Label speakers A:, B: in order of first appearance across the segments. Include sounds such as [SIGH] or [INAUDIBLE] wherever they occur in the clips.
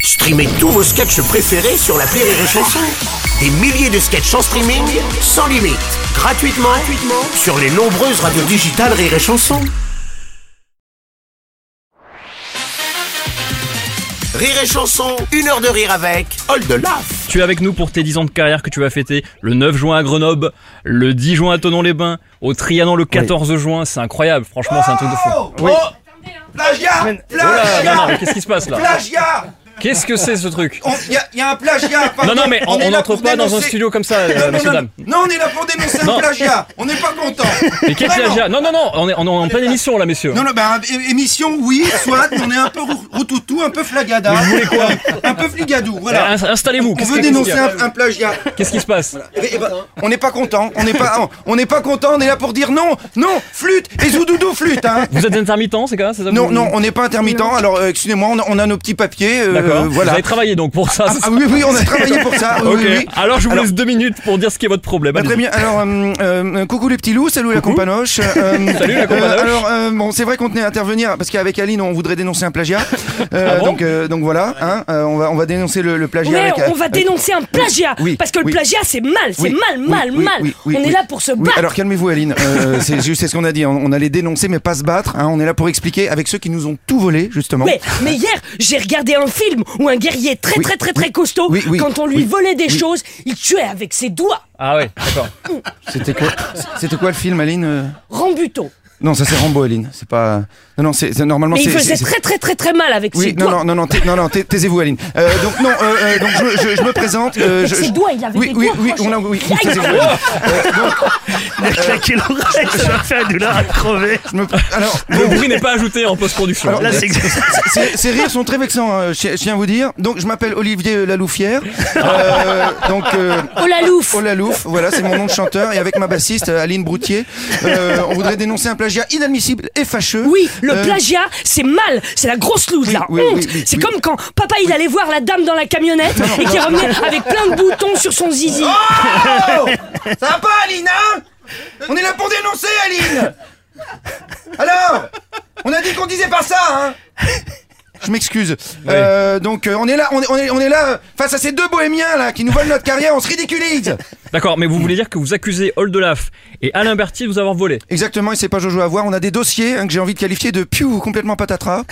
A: Streamez tous vos sketchs préférés sur la Rire et Chanson. Des milliers de sketchs en streaming, sans limite, gratuitement, gratuitement sur les nombreuses radios digitales Rire et Chanson. Rire et Chanson, une heure de rire avec Old Laf.
B: Tu es avec nous pour tes 10 ans de carrière que tu vas fêter le 9 juin à Grenoble, le 10 juin à Tonon-les-Bains, au Trianon le 14 juin, c'est incroyable, franchement c'est un truc de fou. Oui.
C: Oh Plagiat
B: Ah,
C: Plagiat
B: non, non, qu'est-ce qui se passe là
C: Plagiat
B: Qu'est-ce que c'est ce truc
C: Il y, a- y a un plagiat pardon.
B: Non, non, mais on
C: est là
B: n'entre
C: pour
B: pas dans un
C: dénoncer-
B: studio comme ça,
C: Non,
B: euh,
C: non,
B: monsieur
C: non,
B: dame.
C: non, on est là pour dénoncer
B: Non.
C: un plagiat On n'est pas content
B: [LAUGHS] Mais quel
C: Vraiment.
B: plagiat Non, non, non, on est, on est en pleine émission là, messieurs.
C: Non, non, bah, é- émission, oui, soit, on est un peu rou- routoutou, un peu flagada. Euh,
B: Vous voulez quoi
C: Un peu fligadou,
B: Eh,
C: voilà.
B: ins- Installez-vous.
C: On
B: Qu'est-ce
C: veut
B: qu'est-ce qu'il y
C: dénoncer
B: a
C: un, un plagiat.
B: Qu'est-ce qui se passe
C: Eh ben, on n'est pas content, on n'est pas, on n'est pas content, on est là pour dire non, non, flûte et zoudoudou flûte, hein.
B: Vous êtes intermittent, c'est quoi c'est ça que
C: Non,
B: vous-
C: non, on n'est pas intermittent. Alors, euh, excusez-moi, on, a- on a nos petits papiers. euh,
B: D'accord. Vous
C: voilà.
B: avez travaillé donc pour ça.
C: Ah,
B: c'est ça
C: ah oui, oui, on a travaillé pour ça. oui,
B: Ok.
C: oui, oui.
B: Alors je vous laisse deux minutes pour dire ce qui est votre problème.
C: Bah, très bien. Alors, euh, euh, coucou les petits loups, salut la companoche. euh,
B: [LAUGHS] Salut la
C: euh,
B: companoche.
C: alors, euh, bon, c'est vrai qu'on tenait à intervenir parce qu'avec Aline, on voudrait dénoncer
B: [LAUGHS]
C: un plagiat. Euh,
B: Ah bon
C: donc, euh, donc voilà, hein, euh, on va, on va dénoncer le, le plagiat.
D: Ouais,
C: avec,
D: on va
C: avec-
D: dénoncer un plagiat
C: oui,
D: Parce que le
C: oui.
D: plagiat c'est mal, c'est
C: Oui,
D: mal,
C: oui,
D: mal,
C: oui,
D: mal
C: oui, oui,
D: On
C: oui.
D: est là pour se
C: Oui,
D: battre
C: alors calmez-vous Aline,
D: [LAUGHS]
C: Euh, c'est juste c'est ce qu'on a dit, on, on allait dénoncer mais pas se battre, hein. on est là pour expliquer avec ceux qui nous ont tout volé justement.
D: Ouais, mais hier, j'ai regardé un film où un guerrier très
C: Oui,
D: très très
C: oui,
D: très costaud,
C: oui, oui,
D: quand on lui
C: oui,
D: volait des
C: oui.
D: choses, il tuait avec ses doigts
B: Ah ouais,
C: [LAUGHS]
B: d'accord.
C: C'était quoi C'était quoi le film Aline Euh,
D: Rambuteau.
C: Non, ça c'est Rambo Aline, c'est pas Non non, c'est c'est- normalement
D: Mais il
C: c'est-
D: faisait
C: c'est-
D: très très très très mal avec ses
C: Oui, non,
D: doigts.
C: non, non, non, tais- non, non, tais- taisez-vous, Aline. Euh, donc non, euh, euh, donc je, je- je me présente. euh,
D: Avec
C: je-
D: ses
C: je-
D: doigts, il avait
C: oui,
D: des
C: oui,
D: doigts
C: oui,
D: crochés.
C: on a- oui, oui,
D: Aïe,
C: taisez-vous,
D: aïe.
C: Aline.
E: Il a claqué l'oreille, ça m'a fait un douleur à crever.
C: Je me- Alors,
D: [LAUGHS]
B: Le bruit n'est pas ajouté en post-production.
E: Là, c'est
C: ces, ces rires sont très vexants, hein, je, je tiens à vous dire. Donc, je m'appelle Olivier euh, Laloufière. Euh, donc, euh,
D: Oh la louf
C: Paul Lalouf, voilà, c'est mon nom de chanteur. Et avec ma bassiste, euh, Aline Broutier, euh, on voudrait dénoncer un plagiat inadmissible et fâcheux.
D: Oui, le
C: Euh,
D: plagiat, c'est mal, c'est la grosse loose,
C: oui,
D: la
C: oui,
D: honte.
C: oui, oui,
D: c'est
C: oui.
D: comme quand papa il allait voir la dame dans la camionnette et qu'il revenait avec plein de boutons sur son zizi.
C: Oh Ça va pas, Aline, hein On est là pour dénoncer, Aline Alors On a dit qu'on disait pas ça, hein je m'excuse. Euh, donc euh, on est là, on est, on est- on est là euh, face à ces deux bohémiens là qui nous volent notre carrière, on se ridiculise.
B: D'accord, mais vous voulez dire que vous accusez Oldelaf et Alain Berthier de vous avoir volé
C: Exactement, et c'est pas Jojo à voir. On a des dossiers hein, que j'ai envie de qualifier de piou complètement patatras.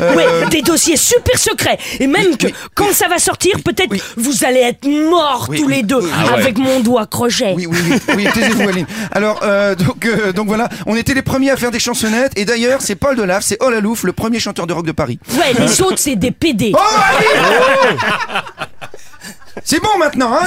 C: Euh,
D: Ouais, des dossiers super secrets. Et même que quand ça va sortir, peut-être vous allez être morts
C: Oui,
D: tous
C: oui,
D: les deux
C: oui,
B: oui.
D: avec mon doigt crochet.
C: Oui, oui, oui, oui taisez-vous, Aline. Alors, euh, donc, euh, donc voilà, on était les premiers à faire des chansonnettes, et d'ailleurs, c'est Paul Delaf, c'est Olalouf, le premier chanteur de rock de Paris.
D: Ouais, les autres c'est des PD.
C: Oh, Aline C'est bon maintenant, hein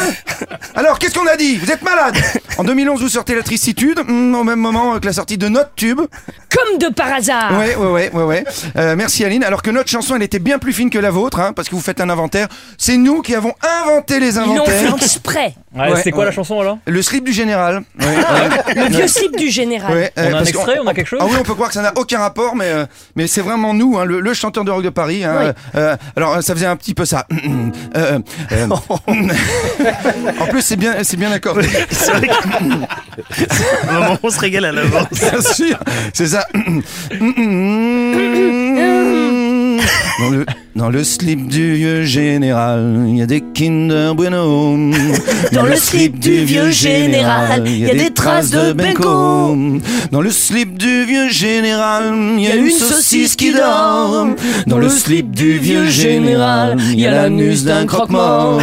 C: Alors, qu'est-ce qu'on a dit Vous êtes malade En 2011, vous sortez la tristitude, hum, au même moment que la sortie de notre tube.
D: Comme de par
B: Ah.
D: hasard.
C: Ouais, ouais, ouais, ouais, ouais. Euh, merci Aline. Alors que notre chanson, elle était bien plus fine que la vôtre, hein, parce que vous faites un inventaire. C'est nous qui avons inventé les
D: Ils l'ont fait
C: inventaires.
D: exprès.
B: ouais,
C: Ouais,
B: C'est quoi
C: ouais.
B: la chanson alors
C: Le slip du général. Ouais, ouais,
D: Le vieux slip du général.
C: ouais,
B: Ah.
C: euh,
B: On a un
C: parce qu'on-
B: extrait, on a quelque chose
C: Ah oui, on peut croire que ça n'a aucun rapport, mais, euh, mais c'est vraiment nous, hein, le, le chanteur de rock de Paris. hein,
D: Oui.
C: euh, euh, alors, euh, ça faisait un petit peu ça. [CLEARS THROAT] Euh, euh, en plus, c'est bien, c'est bien accordé.
E: c'est vrai que- Au moment où on se régale à l'avance.
C: Bien sûr, c'est ça. Dans le, dans le slip du vieux général, il y a des Kinder Bueno.
D: Dans le slip du vieux général, il y a des traces de Benko.
C: Dans le slip du vieux général, il y a
D: Il
C: une saucisse qui dort. Dans le slip du vieux général, il y a l'anus d'un croque-mort.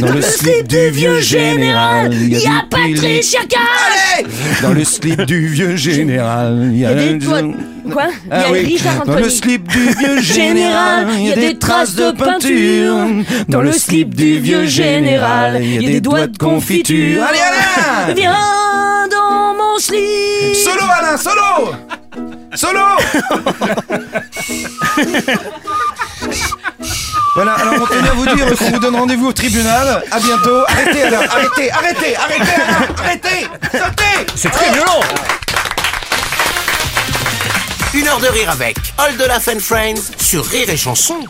C: Dans [LAUGHS] le slip du vieux général,
D: il y
C: du
D: a
C: pili-
D: Patricia Cass.
C: dans le slip du vieux général, il y a
D: Il y a des toits- Quoi Il y
C: Ah
D: a
C: oui.
D: Richard
C: Dans le
D: Anthony.
C: slip du vieux [LAUGHS] général, il y a des traces de peinture. Dans le slip du vieux général, il y a des doigts de confiture.
D: Viens dans mon slip
C: Solo Alain, solo Solo [LAUGHS] Voilà, alors on tenait à vous dire qu'on vous donne rendez-vous au tribunal. À bientôt. Arrêtez Alain, arrêtez, arrêtez, arrêtez Alain, arrêtez Sautez
B: C'est très violent
A: Une heure de rire avec Old Laf and Friends sur Rire et Chanson.